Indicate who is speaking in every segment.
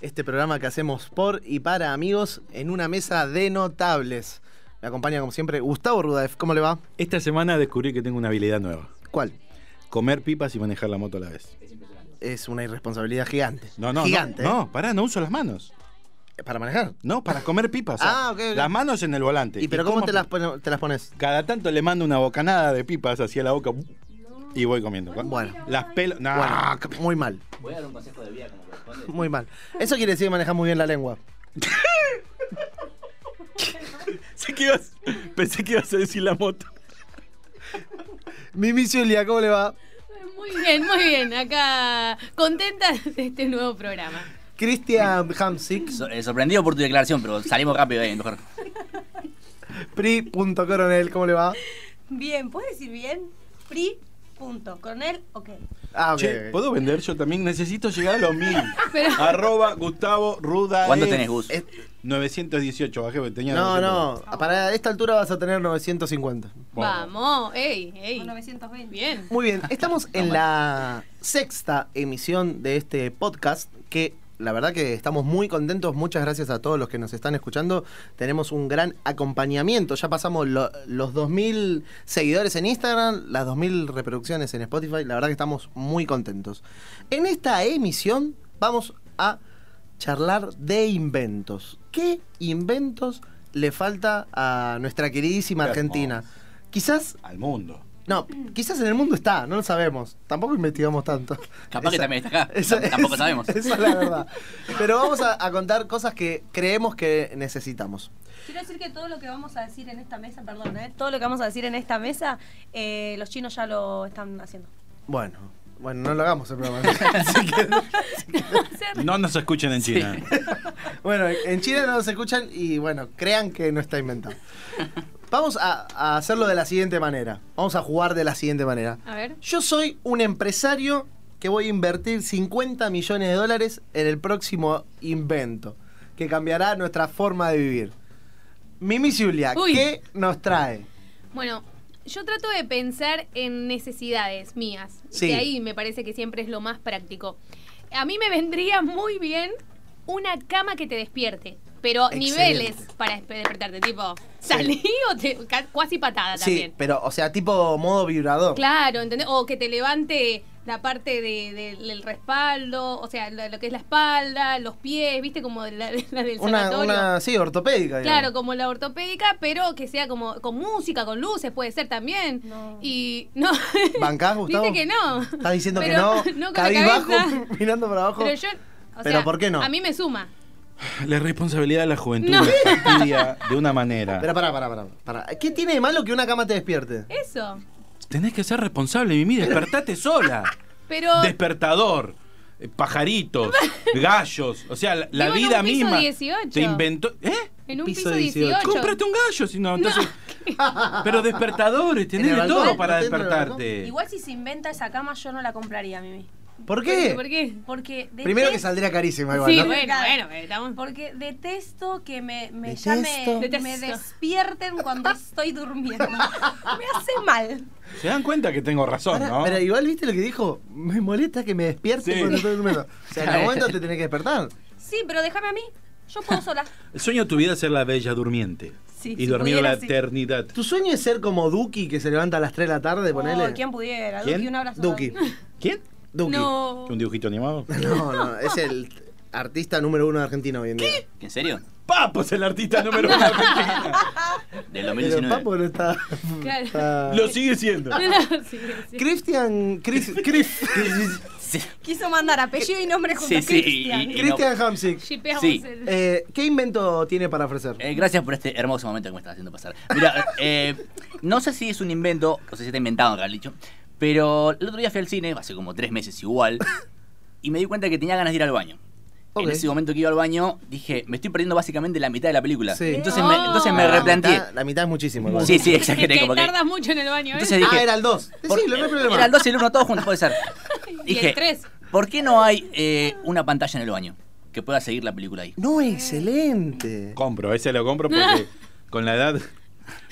Speaker 1: Este programa que hacemos por y para amigos en una mesa de notables. Me acompaña como siempre Gustavo Rudaef. ¿Cómo le va?
Speaker 2: Esta semana descubrí que tengo una habilidad nueva.
Speaker 1: ¿Cuál?
Speaker 2: Comer pipas y manejar la moto a la vez.
Speaker 1: Es una irresponsabilidad gigante.
Speaker 2: No, no,
Speaker 1: Gigante.
Speaker 2: no.
Speaker 1: ¿eh?
Speaker 2: No, pará, no uso las manos.
Speaker 1: Para manejar.
Speaker 2: No, para comer pipas.
Speaker 1: Ah, ok, ok.
Speaker 2: Las manos en el volante.
Speaker 1: ¿Y pero cómo
Speaker 2: como
Speaker 1: te las, pone- te las pones?
Speaker 2: Cada tanto le mando una bocanada de pipas hacia la boca y voy comiendo.
Speaker 1: Bueno.
Speaker 2: Las pelo... No,
Speaker 1: Bueno, muy mal.
Speaker 3: Voy a dar un consejo de vida como corresponde.
Speaker 1: Muy mal. Eso quiere decir que manejas muy bien la lengua.
Speaker 2: Pensé, que ibas... Pensé que ibas a decir la moto.
Speaker 1: Mimi Zulia, ¿cómo le va?
Speaker 4: Muy bien, muy bien. Acá contenta de este nuevo programa.
Speaker 1: Cristian Hamsik,
Speaker 3: So- eh, sorprendido por tu declaración, pero salimos rápido de ahí, mejor.
Speaker 1: pri.coronel, ¿cómo le va?
Speaker 5: Bien, ¿puedes decir bien? Pri, punto. Coronel, ok.
Speaker 1: Ah, ok.
Speaker 2: Che,
Speaker 1: ok.
Speaker 2: ¿puedo vender yo también? Necesito llegar a los mil.
Speaker 4: Pero-
Speaker 2: Arroba Gustavo Ruda.
Speaker 3: ¿Cuánto tenés, Gus?
Speaker 1: Es-
Speaker 2: 918, bajé porque tenía...
Speaker 1: No,
Speaker 2: 900.
Speaker 1: no, para esta altura vas a tener 950.
Speaker 4: Vamos, ey, ey.
Speaker 5: Con 920.
Speaker 4: Bien.
Speaker 1: Muy bien, estamos en la sexta emisión de este podcast que la verdad que estamos muy contentos. Muchas gracias a todos los que nos están escuchando. Tenemos un gran acompañamiento. Ya pasamos lo- los 2.000 seguidores en Instagram, las 2.000 reproducciones en Spotify. La verdad que estamos muy contentos. En esta emisión vamos a charlar de inventos. ¿Qué inventos le falta a nuestra queridísima
Speaker 2: Qué
Speaker 1: Argentina? Quizás
Speaker 2: Al mundo.
Speaker 1: no, quizás en el mundo está, no lo sabemos. Tampoco investigamos tanto.
Speaker 3: Capaz que también está acá.
Speaker 1: esa-
Speaker 3: Tam- Tampoco
Speaker 1: esa-
Speaker 3: sabemos.
Speaker 1: Esa es la verdad. Pero vamos a, a contar cosas que creemos que necesitamos.
Speaker 5: Quiero decir que todo lo que vamos a decir en esta mesa, perdón, ¿eh? todo lo que vamos a decir en esta mesa, eh, los chinos ya lo están haciendo.
Speaker 1: Bueno, bueno, no lo hagamos el programa. Así que-
Speaker 2: No nos escuchen en China.
Speaker 1: bueno, en Chile no nos escuchan y bueno, crean que no está inventado. Vamos a, a hacerlo de la siguiente manera. Vamos a jugar de la siguiente manera.
Speaker 4: A ver.
Speaker 1: Yo soy un empresario que voy a invertir 50 millones de dólares en el próximo invento que cambiará nuestra forma de vivir. Mimi Julia,
Speaker 4: Uy.
Speaker 1: ¿qué nos trae?
Speaker 4: Bueno, yo trato de pensar en necesidades mías.
Speaker 1: Sí.
Speaker 4: Que ahí me parece que siempre es lo más práctico. A mí me vendría muy bien una cama que te despierte. Pero
Speaker 1: Excelente.
Speaker 4: niveles para despe- despertarte, tipo, salí o te, ca- casi patada
Speaker 1: Sí,
Speaker 4: Ah, también.
Speaker 1: pero, o sea, tipo modo vibrador.
Speaker 4: Claro, ¿entendés? O que te levante la parte de- de- del respaldo, o sea, lo, lo que es la espalda, los pies, ¿viste? Como la, la del
Speaker 1: Una,
Speaker 4: sanatorio.
Speaker 1: una, sí, ortopédica.
Speaker 4: Claro,
Speaker 1: digamos.
Speaker 4: como la ortopédica, pero que sea como con música, con luces, puede ser también.
Speaker 5: No.
Speaker 4: Y no.
Speaker 1: ¿Bancás, Gustavo?
Speaker 4: Dice que no.
Speaker 1: Estás diciendo
Speaker 4: Pero
Speaker 1: que no,
Speaker 4: no con la
Speaker 1: cabizbajo,
Speaker 4: cabeza.
Speaker 1: mirando para abajo.
Speaker 4: Pero yo. o
Speaker 1: Pero
Speaker 4: sea,
Speaker 1: ¿por qué no?
Speaker 4: A mí me suma.
Speaker 2: La responsabilidad de la juventud
Speaker 4: No.
Speaker 2: nos fastidia de una manera.
Speaker 1: Pero pará, pará, pará, pará. ¿Qué tiene de malo que una cama te despierte?
Speaker 4: Eso.
Speaker 2: Tenés que ser responsable, Mimi. Despertate sola.
Speaker 4: Pero.
Speaker 2: Despertador. eh, Pajaritos, gallos, o sea, la, la
Speaker 4: Vivo en
Speaker 2: vida
Speaker 4: un piso
Speaker 2: misma
Speaker 4: 18.
Speaker 2: te inventó, ¿eh?
Speaker 4: En un
Speaker 1: piso
Speaker 4: piso
Speaker 1: 18.
Speaker 4: 18.
Speaker 2: Cómprate un gallo, si no, entonces. Pero despertadores,
Speaker 1: En
Speaker 2: tenés
Speaker 1: el
Speaker 2: de
Speaker 1: balcón,
Speaker 2: todo para
Speaker 1: ¿no tenés en el
Speaker 2: despertarte.
Speaker 5: Igual si se inventa esa cama, yo no la compraría, Mimi.
Speaker 1: ¿Por
Speaker 4: ¿Por
Speaker 1: qué?
Speaker 4: qué?
Speaker 5: Porque detesto,
Speaker 1: Primero que saldría carísima igual,
Speaker 4: Sí,
Speaker 1: ¿no?
Speaker 4: bueno,
Speaker 5: Claro.
Speaker 4: bueno, estamos.
Speaker 5: Porque detesto que me, me
Speaker 1: Detesto.
Speaker 5: llame-
Speaker 4: Detesto.
Speaker 5: me despierten cuando estoy durmiendo. me hace mal.
Speaker 2: Se dan cuenta que tengo razón,
Speaker 1: Pará,
Speaker 2: ¿no?
Speaker 1: Pero igual viste lo que dijo, me molesta que me despierte
Speaker 2: Sí.
Speaker 1: cuando estoy durmiendo. O sea, en algún momento te tenés que despertar.
Speaker 5: Sí, pero déjame a mí. Yo puedo sola.
Speaker 2: El sueño de tu vida es ser la bella durmiente
Speaker 5: Sí,
Speaker 2: y
Speaker 5: si
Speaker 2: dormir
Speaker 5: pudiera,
Speaker 2: la
Speaker 5: sí.
Speaker 2: eternidad.
Speaker 1: ¿Tu sueño es ser como Duki que se levanta a las 3 de la tarde, ponele?
Speaker 5: Oh, ¿Quién pudiera?
Speaker 2: ¿Quién?
Speaker 5: Duki, un abrazo.
Speaker 1: Duki.
Speaker 2: ¿Quién?
Speaker 1: Duki.
Speaker 5: Oh.
Speaker 4: No.
Speaker 2: ¿Un dibujito animado?
Speaker 1: No, no, es el artista número uno de Argentina hoy en día.
Speaker 3: ¿En serio?
Speaker 2: Papo es el artista número uno. de Argentina.
Speaker 3: Del
Speaker 1: Pero
Speaker 3: 2019.
Speaker 1: Papo no está.
Speaker 4: Claro.
Speaker 1: está-
Speaker 2: Lo sigue siendo.
Speaker 4: Sí, sí.
Speaker 1: Cristian. Chris, Chris,
Speaker 3: Sí,
Speaker 5: Quiso mandar apellido y nombre junto
Speaker 3: sí,
Speaker 5: a
Speaker 3: sí.
Speaker 5: Cristian.
Speaker 3: y- y no-
Speaker 1: Cristian Hamsik.
Speaker 4: Shipeamos
Speaker 3: Sí.
Speaker 4: el-
Speaker 1: Eh, ¿Qué invento tiene para ofrecer?
Speaker 3: Eh, gracias por este hermoso momento que me estás haciendo pasar. Mira, eh, no sé si es un invento, o sea, si está inventado, acá dicho, pero el otro día fui al cine, hace como tres meses igual, y me di cuenta que tenía ganas de ir al baño.
Speaker 1: Ok.
Speaker 3: En ese momento que iba al baño, dije, me estoy perdiendo básicamente la mitad de la película.
Speaker 1: Sí.
Speaker 3: Entonces,
Speaker 4: No.
Speaker 3: me, entonces me
Speaker 4: La
Speaker 3: replanteé.
Speaker 1: La mitad, la mitad es muchísimo. igual.
Speaker 3: Sí, sí,
Speaker 4: Que,
Speaker 3: exageré. Como que,
Speaker 4: tardas mucho en el baño, ¿eh?
Speaker 3: entonces dije,
Speaker 1: Ah, era el 2.
Speaker 3: por-
Speaker 1: Sí, no hay problema.
Speaker 3: era el 2 y el 1, todos juntos, puede ser.
Speaker 4: y
Speaker 3: Dije,
Speaker 4: el 3.
Speaker 3: ¿por qué no hay eh, una pantalla en el baño que pueda seguir la película ahí?
Speaker 1: No, excelente.
Speaker 2: Compro, ese lo compro porque con la edad van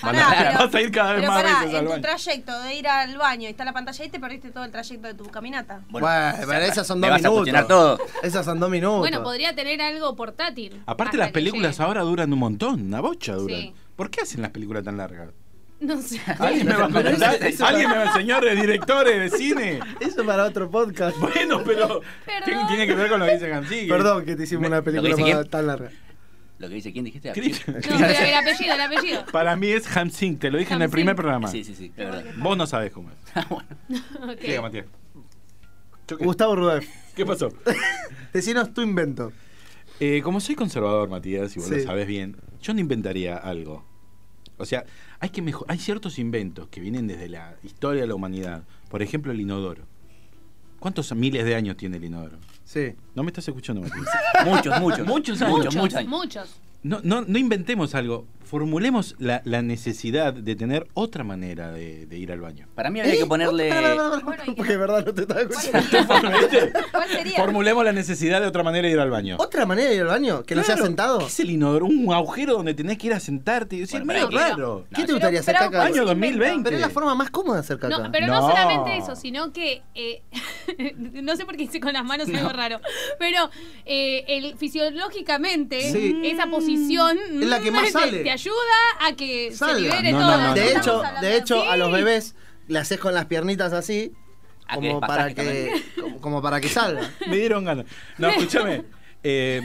Speaker 5: Pará,
Speaker 2: a,
Speaker 5: pero-
Speaker 2: vas a ir cada vez
Speaker 5: Pero
Speaker 2: más
Speaker 5: pará,
Speaker 2: veces al
Speaker 5: en tu
Speaker 2: baño.
Speaker 5: trayecto de ir al baño y está la pantalla ahí, te perdiste todo el trayecto de tu caminata.
Speaker 1: Bueno, pero esas son
Speaker 3: me
Speaker 1: dos
Speaker 3: vas a
Speaker 1: minutos.
Speaker 3: cuestionar todo.
Speaker 1: Esas son dos minutos.
Speaker 4: Bueno, podría tener algo portátil.
Speaker 2: Aparte
Speaker 4: hasta
Speaker 2: las
Speaker 4: que
Speaker 2: películas
Speaker 4: llegue.
Speaker 2: ahora duran un montón, una bocha duran.
Speaker 4: Sí.
Speaker 2: ¿Por qué hacen las películas tan largas?
Speaker 4: No sé.
Speaker 2: ¿Alguien me va a
Speaker 1: pero eso-
Speaker 2: contar?
Speaker 1: eso-
Speaker 2: ¿Alguien me va a enseñar de directores de cine?
Speaker 1: Eso para otro podcast.
Speaker 2: Bueno, pero
Speaker 4: Perdón.
Speaker 2: tiene, tiene que ver con lo que dice Gansigue.
Speaker 1: Perdón que te hicimos una película
Speaker 3: ¿Lo que dice
Speaker 1: más-
Speaker 3: quién?
Speaker 1: tan larga.
Speaker 3: Lo que dice, ¿quién dijiste?
Speaker 2: Chris-
Speaker 4: No, pero el apellido, el apellido.
Speaker 2: Para mí es Hansing, te lo dije en el
Speaker 4: Hansing.
Speaker 2: primer programa.
Speaker 3: Sí, sí, sí, es verdad.
Speaker 2: Vos no sabés cómo es.
Speaker 3: Ah, bueno.
Speaker 4: Ok.
Speaker 2: Diga, Matías. Yo qué-
Speaker 1: Gustavo Rudolf,
Speaker 2: ¿Qué pasó?
Speaker 1: decinos tu invento.
Speaker 2: Eh, como soy conservador, Matías, y vos
Speaker 1: Sí.
Speaker 2: lo sabés bien, yo no inventaría algo. O sea, hay que mejor, hay ciertos inventos que vienen desde la historia de la humanidad. Por ejemplo, el inodoro. ¿Cuántos miles de años tiene el inodoro?
Speaker 1: Sí.
Speaker 2: No me estás escuchando, Matías.
Speaker 3: Muchos, muchos.
Speaker 2: Muchos años.
Speaker 3: muchos, muchos años.
Speaker 4: Muchos.
Speaker 2: No, no, no inventemos algo. Formulemos la, la necesidad de tener otra manera de, de ir al baño.
Speaker 3: Para mí
Speaker 1: ¿Eh?
Speaker 3: había que ponerle.
Speaker 1: Pará, pará, pará,
Speaker 5: Bueno, y-
Speaker 1: Porque es verdad no te estaba escuchando.
Speaker 5: ¿Cuál sería?
Speaker 2: Formulemos la necesidad de otra manera de ir al baño.
Speaker 1: ¿Otra manera de ir al baño? ¿Que no
Speaker 2: Claro,
Speaker 1: seas sentado?
Speaker 2: ¿qué es el inodoro? Un agujero donde tenés que ir a sentarte. Es
Speaker 3: Bueno,
Speaker 2: medio
Speaker 3: pará,
Speaker 2: raro.
Speaker 1: ¿Qué te
Speaker 5: Pero-
Speaker 1: gustaría hacer
Speaker 5: pero
Speaker 1: caca?
Speaker 2: Año
Speaker 5: es un invento.
Speaker 2: 2020.
Speaker 1: Pero es la forma más cómoda de hacer caca.
Speaker 4: No, pero no.
Speaker 2: No.
Speaker 4: solamente eso, sino que. eh, no sé por qué hice con las manos algo raro. Pero eh, el, fisiológicamente,
Speaker 1: Sí.
Speaker 4: esa posición.
Speaker 1: Es la que más
Speaker 4: te-
Speaker 1: sale.
Speaker 4: Te ayuda a que
Speaker 1: Salga.
Speaker 4: se libere
Speaker 2: No, no,
Speaker 4: todo.
Speaker 2: no, no,
Speaker 1: de
Speaker 2: no.
Speaker 1: hecho,
Speaker 2: Estamos
Speaker 1: de hecho a los
Speaker 4: Sí.
Speaker 1: bebés le haces con las piernitas así,
Speaker 3: Ah, que
Speaker 1: como
Speaker 3: les
Speaker 1: para
Speaker 3: pasaje
Speaker 1: que,
Speaker 3: también.
Speaker 1: como, como para que salga.
Speaker 2: Me dieron ganas. No, escúchame. Eh,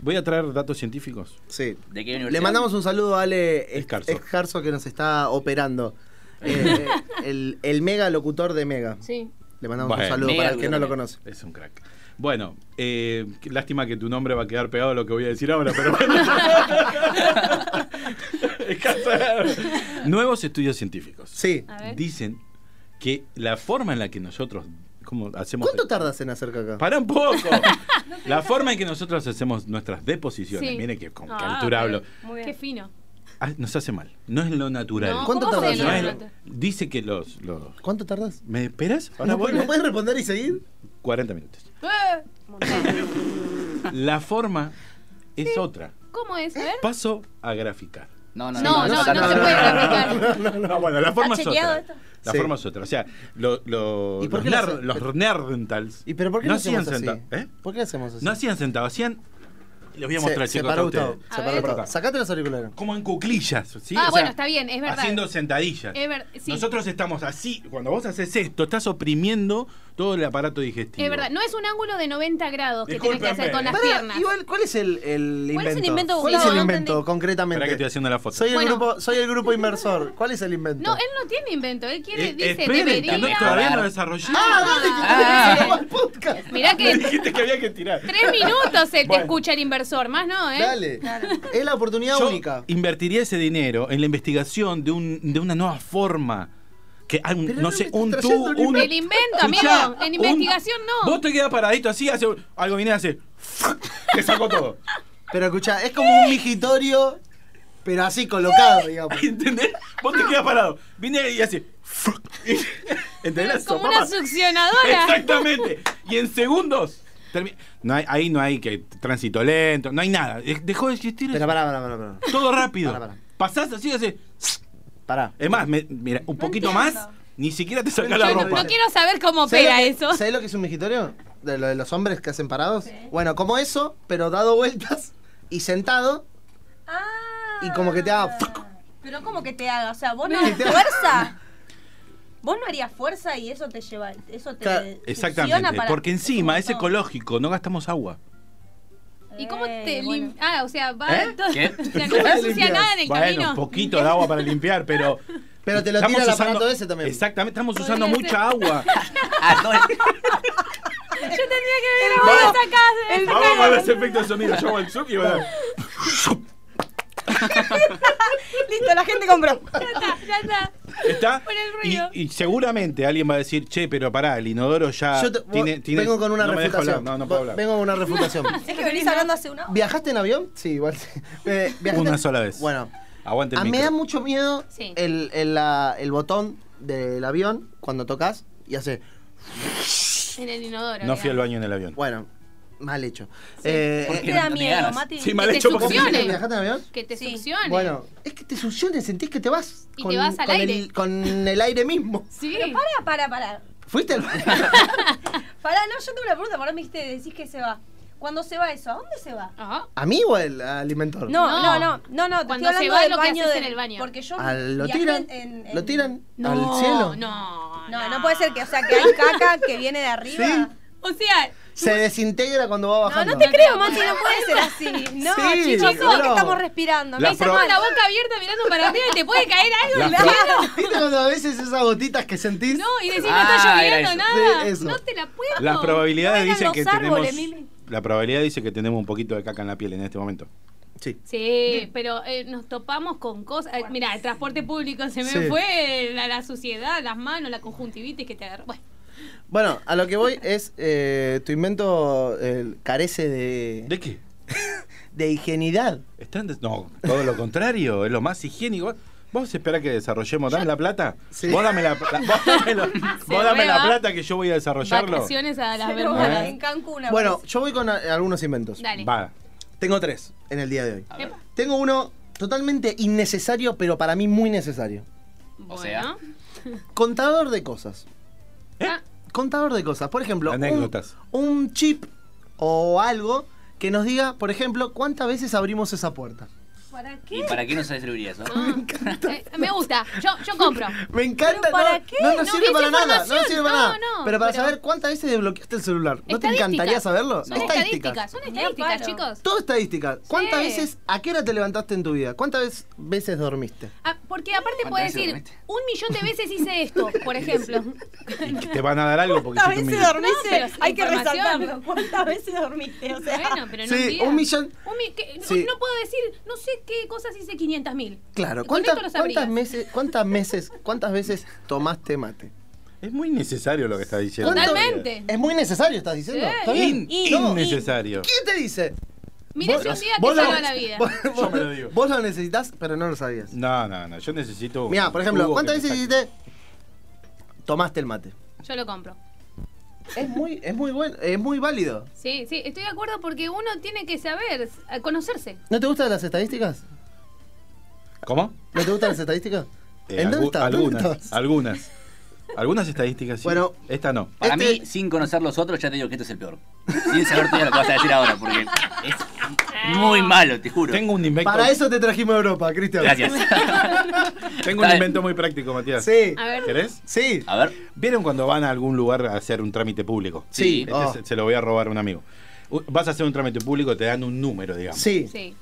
Speaker 2: voy a traer datos científicos.
Speaker 1: Sí.
Speaker 3: ¿De qué
Speaker 1: Le
Speaker 3: universidad?
Speaker 1: mandamos un saludo a Ale
Speaker 2: Escarzo.
Speaker 1: Escarzo, que nos está operando. Eh, el, el mega locutor de Mega.
Speaker 4: Sí.
Speaker 1: Le mandamos
Speaker 2: Bueno.
Speaker 1: un saludo
Speaker 3: Mega
Speaker 1: para el que no lo
Speaker 3: locutor
Speaker 1: conoce.
Speaker 2: Es un crack. Bueno, eh, qué lástima que tu nombre va a quedar pegado a lo que voy a decir ahora, pero bueno. Descansar. Nuevos estudios científicos.
Speaker 1: Sí.
Speaker 4: A ver.
Speaker 2: Dicen que la forma en la que nosotros como hacemos
Speaker 1: ¿Cuánto tardas en hacer caca?
Speaker 2: Para un poco. la forma en que nosotros hacemos nuestras deposiciones,
Speaker 4: Sí.
Speaker 2: mire que con qué
Speaker 4: Ah,
Speaker 2: altura hablo,
Speaker 5: Muy bien.
Speaker 4: Qué fino.
Speaker 2: ah, nos hace mal. No es lo natural.
Speaker 4: No,
Speaker 1: ¿Cuánto
Speaker 4: ¿cómo
Speaker 1: tardas?
Speaker 4: se
Speaker 2: No es
Speaker 4: lo-
Speaker 2: lo- dice que los, los-
Speaker 1: ¿Cuánto tardas?
Speaker 2: ¿Me esperas? Ahora
Speaker 1: ¿No,
Speaker 2: voy.
Speaker 1: no puedes responder y seguir?
Speaker 2: 40 minutos.
Speaker 4: Eh,
Speaker 2: La forma es otra.
Speaker 4: ¿Cómo es?
Speaker 1: ¿Eh?
Speaker 4: ¿Eh? A ver.
Speaker 2: Paso a graficar.
Speaker 3: No, no,
Speaker 4: No, no, no,
Speaker 3: está
Speaker 4: se
Speaker 3: tan-
Speaker 4: puede graficar.
Speaker 2: No, bueno, la forma es
Speaker 5: chequeado
Speaker 2: otra.
Speaker 5: esto?
Speaker 2: La
Speaker 1: Sí.
Speaker 2: forma es otra. O sea, lo- lo-
Speaker 1: ¿Y
Speaker 2: los,
Speaker 1: por qué lo
Speaker 2: ner-
Speaker 1: hace-
Speaker 2: los nerdentals
Speaker 1: ¿Y pero por qué
Speaker 2: no
Speaker 1: lo hacemos
Speaker 2: hacían
Speaker 1: así?
Speaker 2: sentado. ¿eh?
Speaker 1: ¿Por qué lo hacemos así?
Speaker 2: No hacían sentado, hacían. Les voy a
Speaker 1: Se-
Speaker 2: mostrar,
Speaker 1: se,
Speaker 2: chicos,
Speaker 1: paró
Speaker 2: a ustedes.
Speaker 1: Gustavo,
Speaker 4: A
Speaker 1: se paró
Speaker 4: ver.
Speaker 1: Gustavo. Sacate los auriculares.
Speaker 2: Como en cuclillas, ¿sí?
Speaker 4: Ah,
Speaker 2: O sea,
Speaker 4: bueno, está bien, es verdad.
Speaker 2: Haciendo sentadillas.
Speaker 4: Es ver- sí.
Speaker 2: Nosotros estamos así, cuando vos haces esto, estás oprimiendo todo el aparato digestivo.
Speaker 4: Es verdad, no es un ángulo de 90 grados que tenés que hacer
Speaker 2: Discúlpenme.
Speaker 4: con las
Speaker 1: Pará,
Speaker 4: piernas.
Speaker 1: igual, ¿cuál es el, el invento?
Speaker 5: ¿Cuál es el invento,
Speaker 1: ¿Cuál
Speaker 5: Gustavo?
Speaker 1: es el
Speaker 5: No
Speaker 1: invento,
Speaker 5: entendí.
Speaker 1: concretamente?
Speaker 2: Espera que estoy haciendo la foto.
Speaker 1: soy, el
Speaker 4: Bueno.
Speaker 1: grupo, soy el grupo inversor. ¿Cuál es el invento?
Speaker 4: No, él no tiene invento, él quiere,
Speaker 2: Eh,
Speaker 4: dice,
Speaker 2: esperen,
Speaker 4: debería.
Speaker 2: que no, todavía no desarrollé.
Speaker 1: ¡Ah, dale, que
Speaker 3: Ah.
Speaker 1: tenemos que grabar podcast!
Speaker 4: Mirá
Speaker 2: Me
Speaker 4: que
Speaker 2: dijiste que había que tirar.
Speaker 4: tres minutos se te
Speaker 2: Bueno.
Speaker 4: escucha el inversor, más no, ¿eh?
Speaker 1: Dale. Es la oportunidad
Speaker 2: Yo
Speaker 1: única.
Speaker 2: invertiría ese dinero en la investigación de, un, de una nueva forma. Que hay un-
Speaker 1: Pero
Speaker 2: no,
Speaker 1: no me
Speaker 2: sé,
Speaker 1: estás
Speaker 2: un
Speaker 1: trayendo
Speaker 2: tubo,
Speaker 1: ni-
Speaker 2: un...
Speaker 4: El invento,
Speaker 2: Escuchá,
Speaker 4: amigo, en
Speaker 2: un-
Speaker 4: investigación no.
Speaker 2: Vos te quedas paradito así, hace algo viene y hace... Te saco todo.
Speaker 1: Pero escuchá, es como un migitorio, pero así colocado, digamos.
Speaker 2: ¿Entendés? Vos te quedas parado. Viene y hace... ¿Entendés?
Speaker 4: Es
Speaker 2: la
Speaker 4: como
Speaker 2: sopapa?
Speaker 4: una succionadora.
Speaker 2: Exactamente. Y en segundos... termi- No hay, ahí no hay que tránsito lento, no hay nada. Eh, Dejó de existir
Speaker 1: Pero
Speaker 2: eso.
Speaker 1: pará, pará, pará, pará.
Speaker 2: todo rápido.
Speaker 1: Pará, pará.
Speaker 2: Pasás así, hace...
Speaker 1: Pará.
Speaker 2: Es más, me- mira, un poquito más, ni siquiera te saca la
Speaker 4: Yo no,
Speaker 2: ropa.
Speaker 4: no quiero saber cómo
Speaker 1: ¿Sabés lo
Speaker 4: opera
Speaker 1: que-
Speaker 4: eso.
Speaker 1: ¿Sabés lo que es un migitorio? De lo de los hombres que hacen parados. Bueno, como eso, pero dado vueltas y sentado.
Speaker 5: Ah.
Speaker 1: Y como que te haga-
Speaker 5: Pero como que te haga, o sea, vos no harías fuerza. Vos no harías fuerza y eso te lleva, eso te
Speaker 1: Claro,
Speaker 5: succiona
Speaker 2: Exactamente,
Speaker 5: para-
Speaker 2: porque encima es
Speaker 5: como todo.
Speaker 2: ecológico, no gastamos agua.
Speaker 4: ¿Y cómo te
Speaker 5: Eh, bueno.
Speaker 4: lim- Ah, o sea, va
Speaker 2: ¿Eh?
Speaker 4: todo.
Speaker 3: ¿Qué?
Speaker 4: O sea, no se ensucia
Speaker 1: Limpias.
Speaker 4: nada en el
Speaker 2: bueno,
Speaker 4: camino.
Speaker 2: poquito de agua para limpiar, pero.
Speaker 1: Pero te lo
Speaker 2: estamos
Speaker 1: tira el
Speaker 2: usando-
Speaker 1: aparato ese también.
Speaker 2: Exactamente, estamos
Speaker 4: Podría
Speaker 2: usando
Speaker 4: ser.
Speaker 2: mucha agua.
Speaker 3: Ah, todo el-
Speaker 4: Yo tendría que ver cómo lo sacás. el-
Speaker 2: Vamos con los efectos de sonido. Yo hago el zoom y voy a-
Speaker 5: Listo, la gente compró.
Speaker 4: Ya está, ya está.
Speaker 2: Está.
Speaker 4: Por el
Speaker 2: Y,
Speaker 4: ruido.
Speaker 2: y seguramente alguien va a decir, che, pero pará, el inodoro ya.
Speaker 1: Yo te-
Speaker 2: tiene,
Speaker 1: vos-
Speaker 2: tiene-
Speaker 1: vengo con una
Speaker 2: no me dejo
Speaker 1: refutación.
Speaker 2: hablar, No, no
Speaker 1: Vos-
Speaker 2: puedo hablar.
Speaker 1: Vengo con una refutación.
Speaker 5: Es que venís hablando hace una hora.
Speaker 1: ¿Viajaste en avión? Sí, igual. sí. Eh, ¿viajaste
Speaker 2: Una
Speaker 1: en-
Speaker 2: sola vez.
Speaker 1: Bueno,
Speaker 2: Aguante el
Speaker 1: a mí me da
Speaker 2: micro.
Speaker 1: mucho miedo
Speaker 4: Sí.
Speaker 1: el, el- la- el botón del avión cuando tocas y hace.
Speaker 4: En el inodoro.
Speaker 2: No
Speaker 4: mirá.
Speaker 2: fui al baño en el avión.
Speaker 1: Bueno, mal hecho.
Speaker 5: ¿Por qué
Speaker 1: Eh,
Speaker 5: te
Speaker 3: no-
Speaker 5: da
Speaker 3: no te
Speaker 5: miedo,
Speaker 3: ganas?
Speaker 5: Mati?
Speaker 2: Sí,
Speaker 4: Que
Speaker 2: mal
Speaker 4: te
Speaker 2: hecho porque-
Speaker 4: succione.
Speaker 1: ¿Viajaste en avión?
Speaker 4: Que te
Speaker 5: Sí.
Speaker 4: succione.
Speaker 1: Bueno, es que te succiones, sentís que te vas.
Speaker 4: Y te vas al
Speaker 1: con
Speaker 4: aire.
Speaker 1: El, con el aire mismo.
Speaker 4: Sí.
Speaker 5: Para, para, para.
Speaker 1: ¿Fuiste al
Speaker 5: Para, no, yo tengo una pregunta. Ahora me dijiste, decís que se va. Cuando se va eso, ¿a dónde se va?
Speaker 4: Ajá.
Speaker 1: ¿A mí o al alimentor?
Speaker 5: No,
Speaker 4: No.
Speaker 5: no, no, no, no. te
Speaker 4: Cuando
Speaker 5: estoy
Speaker 4: se
Speaker 5: hablando
Speaker 4: va,
Speaker 5: del
Speaker 4: lo que
Speaker 5: baño
Speaker 4: haces
Speaker 5: del-
Speaker 4: en el baño.
Speaker 5: Porque yo
Speaker 1: Al- Ah, lo
Speaker 5: viajé
Speaker 1: tiran.
Speaker 5: en- en-
Speaker 1: ¿Lo tiran?
Speaker 4: No,
Speaker 1: ¿Al cielo?
Speaker 4: No,
Speaker 5: No, no puede ser que, o sea, que hay caca que viene de arriba.
Speaker 1: Sí.
Speaker 4: O sea,
Speaker 1: Se desintegra cuando va
Speaker 5: No,
Speaker 1: bajando.
Speaker 5: no te
Speaker 4: No,
Speaker 5: creo,
Speaker 4: no,
Speaker 5: Mati,
Speaker 4: no.
Speaker 5: no puede ser así. No,
Speaker 1: Sí,
Speaker 5: chicos,
Speaker 1: seguro.
Speaker 5: ¿qué estamos respirando?
Speaker 2: La
Speaker 5: Me hice
Speaker 2: pro-
Speaker 4: con
Speaker 5: mal.
Speaker 4: la boca abierta mirando para arriba y te puede caer algo
Speaker 2: Las
Speaker 4: del
Speaker 2: pro-
Speaker 4: cielo.
Speaker 1: ¿Viste cuando a veces esas gotitas que sentís?
Speaker 4: No, y decir no
Speaker 3: Ah,
Speaker 4: está
Speaker 3: era
Speaker 4: lloviendo
Speaker 3: eso.
Speaker 4: nada.
Speaker 1: Sí, eso.
Speaker 4: No te la puedo.
Speaker 2: Las probabilidades
Speaker 5: no eran
Speaker 2: dicen que
Speaker 5: los árboles,
Speaker 2: tenemos.
Speaker 5: Mimi.
Speaker 2: La probabilidad dice que tenemos un poquito de caca en la piel en este momento.
Speaker 1: Sí.
Speaker 4: Sí, pero eh, nos topamos con cosas. eh, Mira, el transporte público se me
Speaker 1: Sí.
Speaker 4: fue, la, la suciedad, las manos, la conjuntivitis que te agarró. Bueno,
Speaker 1: Bueno, a lo que voy es, eh, tu invento eh, carece de,
Speaker 2: ¿De qué?
Speaker 1: de higienidad.
Speaker 2: Están des- No, todo lo contrario, es lo más higiénico. ¿Vos esperás que desarrollemos? ¿Dame la plata?
Speaker 1: Sí.
Speaker 2: Vos dame la, pla- vos dame la- vos dame la
Speaker 4: va.
Speaker 2: plata que yo voy a
Speaker 1: Pues
Speaker 2: desarrollarlo.
Speaker 4: vacaciones a las
Speaker 5: Se
Speaker 4: Bermudas.
Speaker 5: drogan en Cancún. a
Speaker 1: Bueno,
Speaker 5: veces.
Speaker 1: yo voy con a- algunos inventos.
Speaker 4: Dale.
Speaker 2: Va.
Speaker 1: Tengo tres en el día de hoy.
Speaker 3: A ver,
Speaker 4: Epa.
Speaker 1: Tengo uno totalmente innecesario, pero para mí muy necesario.
Speaker 4: Bueno.
Speaker 3: sea.
Speaker 1: Contador de cosas.
Speaker 4: Ah,
Speaker 1: Contador de cosas. Por ejemplo, un-
Speaker 2: Anécdotas.
Speaker 1: Un, chip o algo que nos diga, por ejemplo, cuántas veces abrimos esa puerta.
Speaker 5: ¿Para qué?
Speaker 3: ¿Y para qué no se serviría eso?
Speaker 4: ah, eh, me gusta, yo, yo compro.
Speaker 1: Me encanta.
Speaker 5: ¿Pero para
Speaker 1: no,
Speaker 5: qué?
Speaker 1: no nos
Speaker 4: No,
Speaker 1: sirve
Speaker 4: es
Speaker 1: para nada. No nos sirve para nada.
Speaker 4: información. No, no,
Speaker 1: pero para
Speaker 4: pero-
Speaker 1: saber cuántas veces desbloqueaste el celular. ¿No te
Speaker 4: Estadísticas.
Speaker 1: encantaría saberlo?
Speaker 4: Son estadísticas, son estadísticas,
Speaker 5: Ni a palo.
Speaker 4: chicos.
Speaker 1: Todo estadística. ¿Cuántas
Speaker 4: Sí.
Speaker 1: veces, a qué hora te levantaste en tu vida? ¿Cuántas vez- veces dormiste?
Speaker 4: Ah, porque aparte
Speaker 3: ¿Cuántas
Speaker 4: puedes
Speaker 3: veces
Speaker 4: decir,
Speaker 3: dormiste?
Speaker 4: un millón de veces hice esto, por ejemplo.
Speaker 2: Y que te van a dar algo porque
Speaker 5: ¿Cuántas
Speaker 2: hiciste un
Speaker 5: veces
Speaker 2: millón.
Speaker 4: No, pero
Speaker 5: dormiste?
Speaker 4: es
Speaker 5: Hay que
Speaker 4: información.
Speaker 5: resaltarlo. ¿Cuántas veces dormiste? O sea,
Speaker 4: Bueno, pero no
Speaker 1: sí,
Speaker 4: digas.
Speaker 1: un millón.
Speaker 4: Un mi- que- no-
Speaker 1: Sí.
Speaker 4: No puedo decir, no sé qué cosas hice 500 mil.
Speaker 1: Claro,
Speaker 4: Con
Speaker 1: ¿cuántas,
Speaker 4: esto lo sabrías.
Speaker 1: cuántas, meses, cuántas, meses, ¿cuántas veces tomaste mate?
Speaker 2: Es muy necesario lo que estás diciendo.
Speaker 1: ¿Cuánto-
Speaker 4: Totalmente.
Speaker 1: Es muy necesario, estás diciendo.
Speaker 4: Sí.
Speaker 1: ¿Está bien?
Speaker 2: In-
Speaker 5: Y-
Speaker 2: innecesario.
Speaker 1: ¿Quién te dice?
Speaker 4: Mira, es
Speaker 1: Vos-
Speaker 4: un día que
Speaker 1: vos lo-
Speaker 4: salva la vida.
Speaker 1: Vos,
Speaker 2: Yo me lo digo.
Speaker 1: vos lo necesitas, pero no lo sabías.
Speaker 2: No, no, no. Yo necesito. un
Speaker 1: Mira, por ejemplo,
Speaker 2: jugo
Speaker 1: ¿cuántas
Speaker 2: que me
Speaker 1: veces
Speaker 2: saque.
Speaker 1: hiciste? Tomaste el mate.
Speaker 4: Yo lo compro.
Speaker 1: Es muy, es muy bueno, es muy válido.
Speaker 4: Sí, sí, estoy de acuerdo porque uno tiene que saber, eh, conocerse.
Speaker 1: ¿No te gustan las estadísticas?
Speaker 2: ¿Cómo?
Speaker 1: ¿No te gustan las estadísticas?
Speaker 2: Eh,
Speaker 1: ¿En
Speaker 2: algu-
Speaker 1: dónde estás? ¿Dónde
Speaker 2: Algunas.
Speaker 1: estás?
Speaker 2: Algunas. Algunas estadísticas sí.
Speaker 1: Bueno.
Speaker 2: Esta no.
Speaker 3: Para
Speaker 1: Este-
Speaker 3: mí, sin conocer los otros, ya te digo que este es el peor. Sin saber todo lo que vas a decir ahora, porque es muy malo, te juro.
Speaker 2: Tengo un invento.
Speaker 1: Para eso te trajimos a Europa, Cristian.
Speaker 3: Gracias.
Speaker 2: Tengo un
Speaker 3: Dale.
Speaker 2: invento muy práctico, Matías.
Speaker 1: Sí,
Speaker 4: A ver,
Speaker 2: ¿Querés?
Speaker 1: sí.
Speaker 3: A ver,
Speaker 2: ¿Vieron cuando van a algún lugar a hacer un trámite público?
Speaker 3: Sí.
Speaker 2: Este
Speaker 1: Oh.
Speaker 2: se, se lo voy a robar a un amigo. U- Vas a hacer un trámite público, te dan un número, digamos.
Speaker 1: Sí, sí.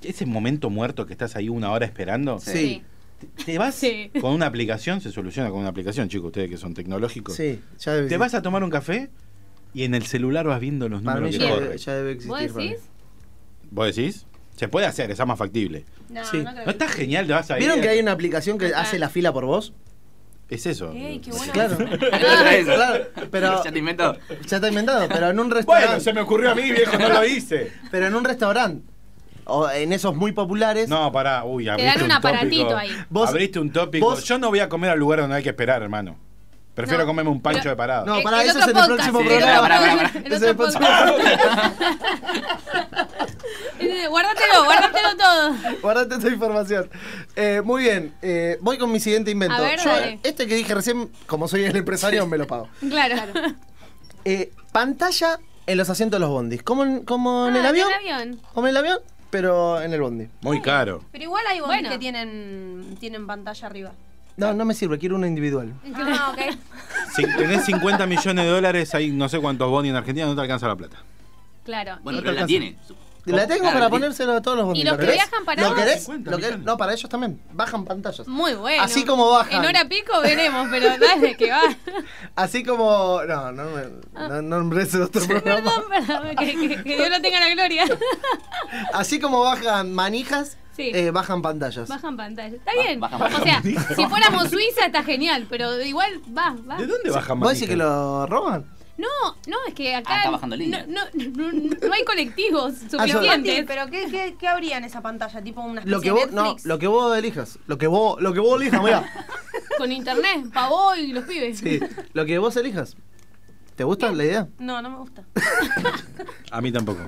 Speaker 4: sí,
Speaker 2: Ese momento muerto que estás ahí una hora esperando,
Speaker 3: Sí.
Speaker 4: sí.
Speaker 2: te- te vas
Speaker 4: Sí.
Speaker 2: con una aplicación, se soluciona con una aplicación, chicos, ustedes que son tecnológicos.
Speaker 1: ya debe
Speaker 2: Te vas a tomar un café y en el celular vas viendo los
Speaker 1: Para mí
Speaker 2: números
Speaker 1: ya
Speaker 2: que
Speaker 4: Bien.
Speaker 1: debe,
Speaker 2: corren.
Speaker 1: ya debe
Speaker 4: ¿Vos
Speaker 1: existir. para mí.
Speaker 4: decís?
Speaker 2: ¿Vos decís? Se puede hacer, esa es más factible.
Speaker 5: no,
Speaker 1: Sí.
Speaker 5: no creo.
Speaker 2: ¿No está genial? Te vas a ir.
Speaker 1: ¿Vieron que hay una aplicación que
Speaker 4: Ajá.
Speaker 1: hace la fila por vos?
Speaker 2: Es eso.
Speaker 5: Ey, qué bueno.
Speaker 1: Claro.
Speaker 3: Eso.
Speaker 1: claro. Pero
Speaker 3: ya te inventó.
Speaker 1: ya está inventado, pero en un
Speaker 2: Bueno,
Speaker 1: restaurante.
Speaker 2: se me ocurrió a mí, viejo, no lo hice.
Speaker 1: Pero en un restaurante. O en esos muy populares.
Speaker 2: No, pará, uy, abriste
Speaker 4: dan un
Speaker 2: un
Speaker 4: aparatito
Speaker 2: tópico.
Speaker 4: ahí.
Speaker 1: Vos-
Speaker 2: abriste un tópico.
Speaker 1: vos-
Speaker 2: Yo no voy a comer al lugar donde hay que esperar, hermano. Prefiero
Speaker 4: No.
Speaker 2: comerme un pancho
Speaker 4: Pero-
Speaker 2: de parada.
Speaker 1: No, para eso es en
Speaker 4: otro
Speaker 1: el
Speaker 4: podcast.
Speaker 1: próximo
Speaker 3: Sí,
Speaker 1: programa.
Speaker 3: pará, pará, pará.
Speaker 4: El
Speaker 1: Ese es
Speaker 4: otro
Speaker 1: el próximo-
Speaker 4: podcast. Eh, Guárdatelo, guárdatelo todo.
Speaker 1: Guardate esta información. Eh, muy bien, eh, voy con mi siguiente invento.
Speaker 4: A ver,
Speaker 1: Yo,
Speaker 4: dale.
Speaker 1: este que dije recién, como soy el empresario, me lo pago.
Speaker 4: Claro.
Speaker 1: Eh, pantalla en los asientos de los bondis. Como en, como en
Speaker 4: Ah,
Speaker 1: el avión.
Speaker 4: En el avión.
Speaker 1: Como en el avión, pero en el bondi.
Speaker 2: Muy caro.
Speaker 5: Pero igual hay bombis
Speaker 4: Bueno.
Speaker 5: que tienen, tienen pantalla arriba.
Speaker 1: No, no me sirve, quiero uno individual.
Speaker 5: Ah, ok.
Speaker 2: Si tenés 50 millones de dólares, hay no sé cuántos boni en Argentina, no te alcanza la plata.
Speaker 4: Claro.
Speaker 3: Bueno,
Speaker 4: Y-
Speaker 3: pero la tiene.
Speaker 1: La tengo
Speaker 3: Claro,
Speaker 1: para
Speaker 3: sí.
Speaker 1: ponérselo a todos los bondis.
Speaker 4: ¿Y los
Speaker 1: ¿lo
Speaker 4: que
Speaker 1: querés?
Speaker 4: viajan parados?
Speaker 1: ¿Lo querés?
Speaker 2: 50
Speaker 1: ¿Lo querés?
Speaker 2: millones.
Speaker 1: No, para ellos también. Bajan pantallas.
Speaker 4: muy bueno.
Speaker 1: Así como bajan.
Speaker 4: En hora pico veremos, pero dale que va.
Speaker 1: Así como. No, no, me-
Speaker 4: Ah.
Speaker 1: no, no nombres otro programa.
Speaker 4: Perdón, perdón, que, que- que Dios lo tenga la gloria.
Speaker 1: Así como bajan manijas,
Speaker 6: Sí.
Speaker 1: eh, bajan pantallas.
Speaker 6: Bajan pantalla. Está
Speaker 3: Ba-
Speaker 6: bien.
Speaker 3: bajan pantalla.
Speaker 6: O sea, si fuéramos Suiza está genial, pero igual va, va.
Speaker 2: ¿De dónde bajan
Speaker 1: ¿Vos
Speaker 2: más?
Speaker 1: decís que lo roban?
Speaker 6: No, no, es que acá.
Speaker 3: Ah, está bajando línea.
Speaker 6: No, no, no, no hay colectivos
Speaker 1: Ah, yo-
Speaker 6: suficientes.
Speaker 5: pero ¿qué, qué, qué habría en esa pantalla? Tipo una especie
Speaker 1: Lo que
Speaker 5: de
Speaker 1: vos, no,
Speaker 5: Netflix.
Speaker 1: lo que vos elijas. Lo que vos, lo que vos elijas, mira.
Speaker 6: Con internet, pavó y los pibes.
Speaker 1: Sí, lo que vos elijas. ¿Te gusta la idea?
Speaker 5: No, no me gusta.
Speaker 2: A mí tampoco.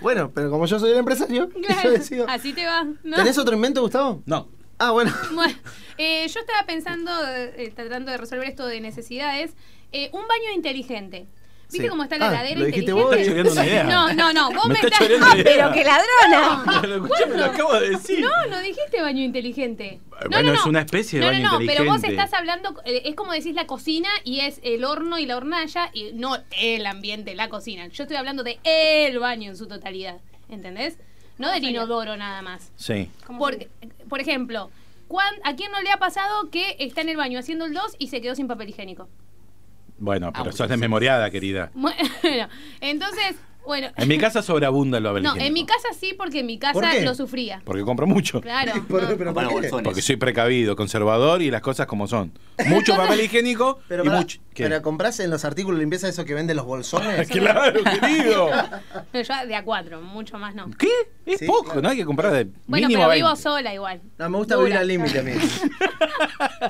Speaker 1: Bueno, pero como yo soy el empresario, yo
Speaker 6: Claro,
Speaker 1: decido.
Speaker 6: así te va. ¿no?
Speaker 1: ¿Tenés otro invento, Gustavo?
Speaker 2: No.
Speaker 1: Ah, bueno.
Speaker 6: Bueno, eh, yo estaba pensando, eh, tratando de resolver esto de necesidades, eh, un baño inteligente. ¿Viste
Speaker 1: Sí.
Speaker 6: cómo está la
Speaker 1: Ah,
Speaker 6: heladera
Speaker 1: lo dijiste
Speaker 6: inteligente?
Speaker 1: vos,
Speaker 2: Me está choreando una idea.
Speaker 6: No, no, no, vos
Speaker 2: Me
Speaker 6: me,
Speaker 2: está
Speaker 6: estás...
Speaker 2: choreando una idea.
Speaker 5: Pero que ladrona.
Speaker 2: Pero escuchame, lo acabo de decir.
Speaker 6: Ah, No, no dijiste baño inteligente. No,
Speaker 2: bueno,
Speaker 6: no, no.
Speaker 2: es una especie de
Speaker 6: no,
Speaker 2: baño
Speaker 6: no, no, pero vos
Speaker 2: inteligente.
Speaker 6: estás hablando, eh, es como decís la cocina y es el horno y la hornalla y no el ambiente, la cocina. Yo estoy hablando de el baño en su totalidad, ¿entendés? No del inodoro nada más.
Speaker 2: Sí.
Speaker 5: ¿Cómo
Speaker 6: Por,
Speaker 5: sería?
Speaker 6: por ejemplo, ¿cuán- ¿a quién no le ha pasado que está en el baño haciendo el 2 y se quedó sin papel higiénico?
Speaker 2: Bueno,
Speaker 6: Ah,
Speaker 2: pero
Speaker 3: muchas
Speaker 2: sos
Speaker 3: gracias.
Speaker 2: desmemoriada, querida.
Speaker 6: Bueno, entonces, bueno.
Speaker 2: En mi casa sobreabunda el papel
Speaker 6: no, en
Speaker 2: higiénico.
Speaker 6: mi casa sí, porque en mi
Speaker 1: ¿Por
Speaker 6: casa
Speaker 1: qué?
Speaker 6: lo sufría.
Speaker 2: Porque compro mucho.
Speaker 6: Claro. no.
Speaker 3: Para los bolsones.
Speaker 2: Porque soy precavido, conservador y las cosas como son. Mucho papel higiénico
Speaker 1: Pero,
Speaker 2: y
Speaker 1: pará,
Speaker 2: mucho. ¿Qué? Ah,
Speaker 1: pero comprás en los artículos de limpieza eso que venden los bolsones.
Speaker 2: claro, querido.
Speaker 6: No, yo de a cuatro, mucho más no.
Speaker 2: ¿Qué? Es
Speaker 1: Sí,
Speaker 2: poco,
Speaker 1: claro.
Speaker 2: no hay que comprar de
Speaker 6: Bueno,
Speaker 2: mínimo
Speaker 6: pero
Speaker 2: 20.
Speaker 6: vivo sola igual.
Speaker 1: No, me gusta
Speaker 6: Dura.
Speaker 1: vivir al límite a mí.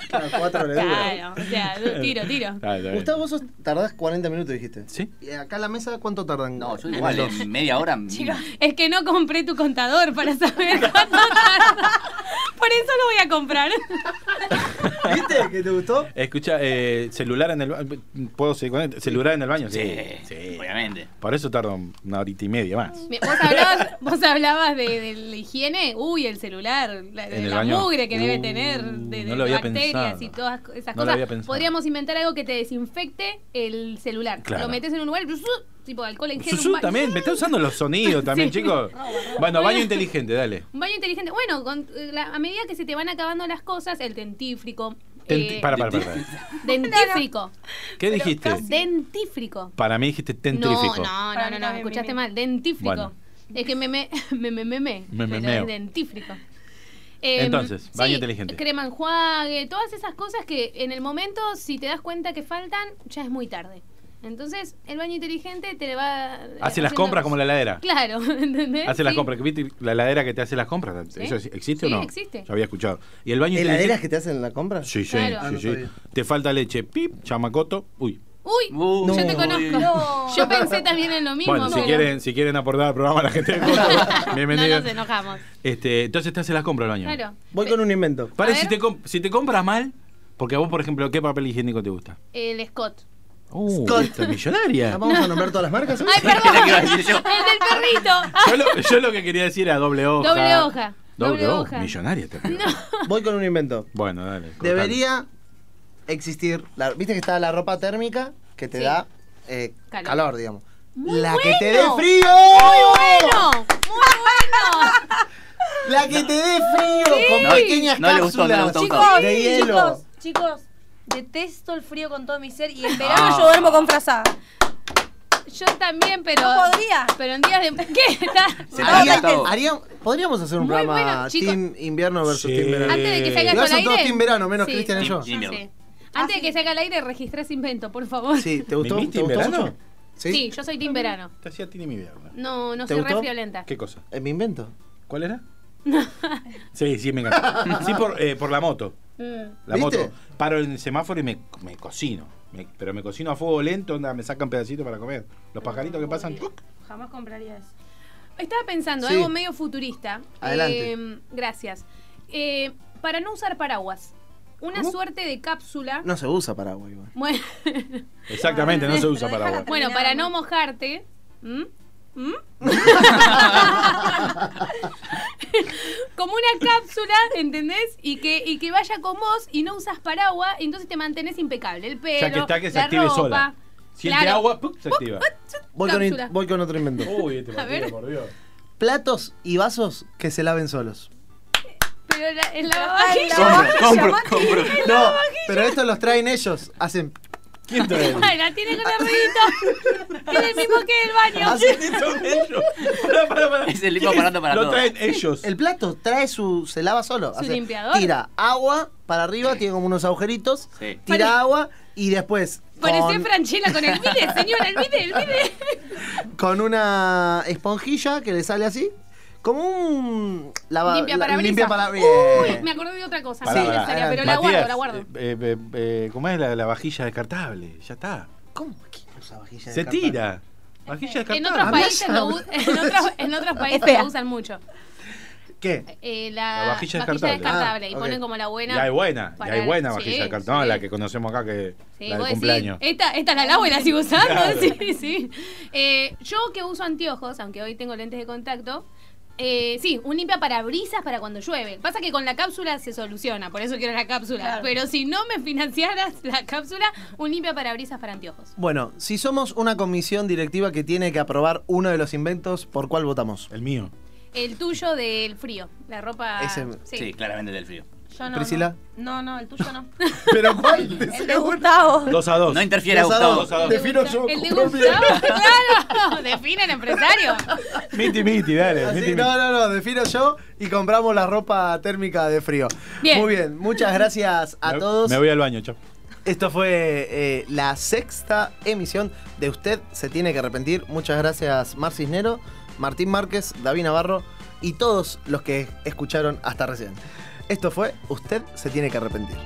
Speaker 1: Claro, cuatro le dura.
Speaker 6: Claro, o sea, tiro, tiro.
Speaker 2: Ah, está bien.
Speaker 1: Gustavo, vos sos- tardás 40 minutos, dijiste.
Speaker 2: Sí.
Speaker 1: ¿Y acá en la mesa cuánto tardan?
Speaker 3: No, yo
Speaker 1: En
Speaker 3: igual,
Speaker 1: los-
Speaker 3: en media hora. mm,
Speaker 6: Es que no compré tu contador para saber cuánto tarda. Por eso lo voy a comprar.
Speaker 1: ¿Viste que te gustó?
Speaker 2: Escucha, eh, celular en el baño. ¿Puedo seguir con esto? ¿Celular en el baño? Sí.
Speaker 3: Sí,
Speaker 2: sí.
Speaker 3: obviamente.
Speaker 2: Por eso tardo una horita y media más.
Speaker 6: Bien, Vos hablabas, vos hablabas de, de la higiene, uy, el celular, la, de
Speaker 2: En el
Speaker 6: la
Speaker 2: baño.
Speaker 6: mugre que debe
Speaker 2: Uh,
Speaker 6: tener, de, de
Speaker 2: no lo había
Speaker 6: bacterias
Speaker 2: pensado.
Speaker 6: y todas esas
Speaker 2: No lo
Speaker 6: cosas.
Speaker 2: había pensado.
Speaker 6: Podríamos inventar algo que te desinfecte el celular.
Speaker 2: Claro.
Speaker 6: Lo metes en un lugar, y, tipo alcohol en gel. un
Speaker 2: Susu
Speaker 6: ba-
Speaker 2: también, me está usando los sonidos también,
Speaker 6: Sí.
Speaker 2: chicos. Bueno, baño inteligente, dale.
Speaker 6: Un baño inteligente. Bueno, con, eh, la- a medida que se te van acabando las cosas, el dentífrico.
Speaker 2: Tenti-
Speaker 6: eh,
Speaker 2: para, para, para, para.
Speaker 6: Dentífrico.
Speaker 2: ¿Qué dijiste?
Speaker 6: Dentífrico.
Speaker 2: Para mí dijiste
Speaker 6: No,
Speaker 2: tentrifico.
Speaker 6: no, no,
Speaker 5: Ah, Para
Speaker 6: no,
Speaker 5: mí
Speaker 6: no,
Speaker 5: también,
Speaker 6: escuchaste
Speaker 5: Mimi.
Speaker 6: mal. Dentífrico.
Speaker 2: Bueno.
Speaker 6: Es que me me me me me, me,
Speaker 2: Me
Speaker 6: pero
Speaker 2: memeo.
Speaker 6: es dentífrico. Em,
Speaker 2: Entonces, baño
Speaker 6: sí,
Speaker 2: inteligente.
Speaker 6: Crema enjuague, todas esas cosas que en el momento, si te das cuenta que faltan, ya es muy tarde. Entonces, el baño inteligente te le va.
Speaker 2: Hace las compras como la heladera.
Speaker 6: Claro, ¿entendés?
Speaker 2: Hace las
Speaker 6: Sí.
Speaker 2: compras. ¿Viste la heladera que te hace las compras?
Speaker 6: Sí.
Speaker 2: ¿Eso existe o
Speaker 6: Sí,
Speaker 2: no?
Speaker 6: existe.
Speaker 2: Yo había escuchado. ¿Y el baño inteligente?
Speaker 1: ¿Heladeras que te hacen en la compra?
Speaker 2: Sí, sí,
Speaker 6: Claro.
Speaker 2: sí,
Speaker 1: Ah, no
Speaker 2: sí.
Speaker 1: sabía.
Speaker 2: Te falta leche. Pip, chamacoto. Uy.
Speaker 6: Uy,
Speaker 3: Uh,
Speaker 6: yo te
Speaker 3: no.
Speaker 6: conozco.
Speaker 5: No.
Speaker 6: Yo pensé también en lo mismo.
Speaker 2: bueno, si
Speaker 6: pero-
Speaker 2: quieren, si quieren aportar al programa a la gente de Córdoba,
Speaker 6: No
Speaker 2: bienvenido.
Speaker 6: nos enojamos.
Speaker 2: Este, entonces te hace las compras el baño.
Speaker 6: Claro.
Speaker 1: Voy con un invento.
Speaker 2: Para,
Speaker 6: A
Speaker 2: si te,
Speaker 6: ver.
Speaker 2: com- si te compras mal, porque a vos, por ejemplo, ¿qué papel higiénico te gusta?
Speaker 6: El Scott.
Speaker 2: Uh,
Speaker 1: Scott.
Speaker 2: esta
Speaker 1: Ah,
Speaker 3: Eh.
Speaker 2: millonaria.
Speaker 1: ¿Vamos a nombrar todas las marcas? hoy?
Speaker 6: ¡Ay,
Speaker 3: Era lo que iba a
Speaker 6: perdón!
Speaker 3: decir yo.
Speaker 6: El del perrito. Ah,
Speaker 2: Yo lo, yo lo que quería decir era doble hoja.
Speaker 6: Doble hoja,
Speaker 2: Doble,
Speaker 6: doble
Speaker 2: hoja.
Speaker 6: hoja.
Speaker 2: Millonaria te pego.
Speaker 1: Voy con un invento.
Speaker 2: Bueno, dale. cortale.
Speaker 1: Debería existir. la- Viste que está la ropa térmica que te
Speaker 6: Sí.
Speaker 1: da eh,
Speaker 6: Calor.
Speaker 1: calor. digamos.
Speaker 6: Muy
Speaker 1: la que te dé
Speaker 6: bueno.
Speaker 1: frío.
Speaker 6: ¡Muy bueno! ¡Muy bueno!
Speaker 1: La que te dé frío con
Speaker 3: No,
Speaker 1: pequeñas
Speaker 3: no le gustó, no le
Speaker 1: cápsulas
Speaker 3: gustó,
Speaker 5: Chicos,
Speaker 3: Gustavo.
Speaker 1: de hielo.
Speaker 5: chicos, chicos, detesto el frío con todo mi ser y en verano yo duermo con frazada.
Speaker 6: Yo también, pero.
Speaker 5: No podría.
Speaker 6: Pero en días de. ¿Qué? Está-
Speaker 3: Se
Speaker 1: Haría-
Speaker 3: tarda todo.
Speaker 1: haría- podríamos hacer un
Speaker 6: Muy
Speaker 1: programa
Speaker 6: bueno, chicos.
Speaker 1: Team Invierno versus
Speaker 2: Sí.
Speaker 1: Team Verano.
Speaker 6: Antes de que
Speaker 2: Eh,
Speaker 6: salga
Speaker 1: igual
Speaker 6: con
Speaker 1: son
Speaker 6: aire.
Speaker 1: todos team verano, menos Cristian y
Speaker 3: Team-
Speaker 1: yo.
Speaker 3: team
Speaker 6: Ya
Speaker 3: verano.
Speaker 6: sé. Antes de
Speaker 5: Ah,
Speaker 6: que salga al aire, registrás invento, por favor.
Speaker 1: Sí, ¿te gustó?
Speaker 2: ¿Mimiste
Speaker 1: ¿Te
Speaker 2: en
Speaker 1: gustó
Speaker 2: verano?
Speaker 1: mucho?
Speaker 6: Sí, yo soy Team Verano.
Speaker 2: Te hacía tiene mi vida. ¿verdad?
Speaker 6: No, no
Speaker 1: ¿Te
Speaker 6: soy
Speaker 1: gustó?
Speaker 6: re violenta.
Speaker 2: ¿Qué cosa?
Speaker 1: Eh, Me invento.
Speaker 2: ¿Cuál era? sí, sí, me encanta. Sí, por, eh, por la moto.
Speaker 6: Mm.
Speaker 2: La
Speaker 1: ¿Viste?
Speaker 2: moto. Paro en el semáforo y me, me cocino. Me- pero me cocino a fuego lento, onda, me sacan pedacitos para comer. Los pajaritos que pasan. ¡tuc!
Speaker 5: Jamás compraría eso.
Speaker 6: Estaba pensando,
Speaker 1: Sí.
Speaker 6: algo medio futurista.
Speaker 1: Adelante.
Speaker 6: Eh, gracias. Eh, para no usar paraguas, una
Speaker 1: ¿Cómo?
Speaker 6: suerte de cápsula.
Speaker 1: No se usa paraguas igual.
Speaker 6: Bueno,
Speaker 2: Exactamente, no se usa
Speaker 5: Pero
Speaker 2: para
Speaker 5: déjala
Speaker 2: agua.
Speaker 6: bueno, para no
Speaker 5: Terminamos.
Speaker 6: mojarte. ¿m? ¿m? Como una cápsula, ¿entendés? Y que, y que vaya con vos y no usas paraguas, entonces te mantenés impecable. El pelo,
Speaker 2: Ya que está, que se
Speaker 6: la
Speaker 2: active
Speaker 6: ropa.
Speaker 2: sola. Siente
Speaker 6: Claro.
Speaker 2: agua, ¡pup! se activa.
Speaker 1: Voy con,
Speaker 6: Cápsula.
Speaker 1: voy con otro invento.
Speaker 2: Uy, este
Speaker 6: A ver.
Speaker 2: partido, por Dios.
Speaker 1: Platos y vasos que se laven solos.
Speaker 6: Pero la, en la
Speaker 5: Ay,
Speaker 6: vajilla-
Speaker 5: la-
Speaker 3: Compro, compro, compro.
Speaker 1: No, pero estos los traen ellos. Hacen.
Speaker 2: ¿Quién te
Speaker 4: Ay, la tiene con el ruidito. Tiene el mismo que el
Speaker 2: Ah,
Speaker 4: baño.
Speaker 2: son ellos? Pará, pará, pará.
Speaker 3: Es el mismo aparato para
Speaker 2: Lo
Speaker 3: todo.
Speaker 2: traen ellos.
Speaker 1: El plato trae su. se lava solo.
Speaker 4: Su limpiador.
Speaker 1: Tira agua para arriba, tiene como unos agujeritos.
Speaker 3: Sí.
Speaker 1: Tira
Speaker 4: Pare-
Speaker 1: agua y después.
Speaker 4: Parecía
Speaker 1: con-
Speaker 4: Franchella con el mide, señora, el mide, el mide.
Speaker 1: con una esponjilla que le sale así. Como un lava-
Speaker 4: Limpia
Speaker 1: la-
Speaker 4: para
Speaker 1: limpia para
Speaker 4: Uy, me
Speaker 1: bien.
Speaker 4: acordé de otra cosa.
Speaker 2: Pará,
Speaker 4: no
Speaker 2: pará.
Speaker 4: necesaria, pero la
Speaker 2: Matías,
Speaker 4: guardo, la guardo.
Speaker 2: eh, eh, eh, ¿Cómo es la, la vajilla descartable? Ya está.
Speaker 1: ¿Cómo? ¿Quién usa vajilla de
Speaker 2: Se
Speaker 1: cartón?
Speaker 2: tira. Vajilla
Speaker 4: En
Speaker 2: descartable. Ah,
Speaker 4: otros
Speaker 1: Habla
Speaker 4: países
Speaker 1: ya,
Speaker 4: lo
Speaker 1: boludo.
Speaker 4: us- en otros, en otros países
Speaker 5: Espera.
Speaker 4: lo usan mucho.
Speaker 1: ¿Qué?
Speaker 4: Eh, la,
Speaker 2: La vajilla descartable.
Speaker 4: descartable,
Speaker 1: Ah,
Speaker 4: y
Speaker 1: ok.
Speaker 4: ponen como la
Speaker 2: Y
Speaker 4: buena.
Speaker 2: hay buena, y
Speaker 4: para-
Speaker 2: hay buena vajilla
Speaker 4: sí,
Speaker 2: de cartón,
Speaker 4: sí.
Speaker 2: la que conocemos acá que
Speaker 4: Sí,
Speaker 2: la del
Speaker 4: vos decís, eh.
Speaker 2: cumpleaños.
Speaker 4: esta, esta la lavo y la sigo usando.
Speaker 2: Claro.
Speaker 4: Sí, sí. Eh, yo que uso anteojos, aunque hoy tengo lentes de contacto, eh, sí, un limpia parabrisas para cuando llueve. Pasa que con la cápsula se soluciona, por eso quiero la cápsula.
Speaker 5: Claro.
Speaker 4: Pero si no me financiaras la cápsula, un limpia parabrisas para anteojos.
Speaker 1: Bueno, si somos una comisión directiva que tiene que aprobar uno de los inventos, ¿por cuál votamos?
Speaker 2: El mío.
Speaker 4: El tuyo del frío, la ropa.
Speaker 1: Ese-
Speaker 4: sí.
Speaker 3: Sí. claramente del frío.
Speaker 5: Yo no,
Speaker 1: Priscila.
Speaker 5: No, no, no, el tuyo no.
Speaker 2: Pero cuál
Speaker 5: El de
Speaker 1: Oh.
Speaker 5: Gustavo.
Speaker 2: Dos a dos.
Speaker 3: No interfiera, Gustavo.
Speaker 2: dos a dos.
Speaker 1: Defino yo.
Speaker 4: El de
Speaker 1: como
Speaker 4: Gustavo, claro. Define el empresario.
Speaker 2: Miti, miti, dale.
Speaker 1: Así,
Speaker 2: miti, miti.
Speaker 1: no, no, no, defino yo y compramos la ropa térmica de frío.
Speaker 4: Bien.
Speaker 1: Muy bien, muchas gracias a
Speaker 2: Me-
Speaker 1: todos.
Speaker 2: Me voy al baño, chao.
Speaker 1: Esto fue eh, la sexta emisión de Usted se tiene que arrepentir. Muchas gracias Mar Cisnero, Martín Márquez, David Navarro y todos los que escucharon hasta recién. Esto fue Usted se tiene que arrepentir.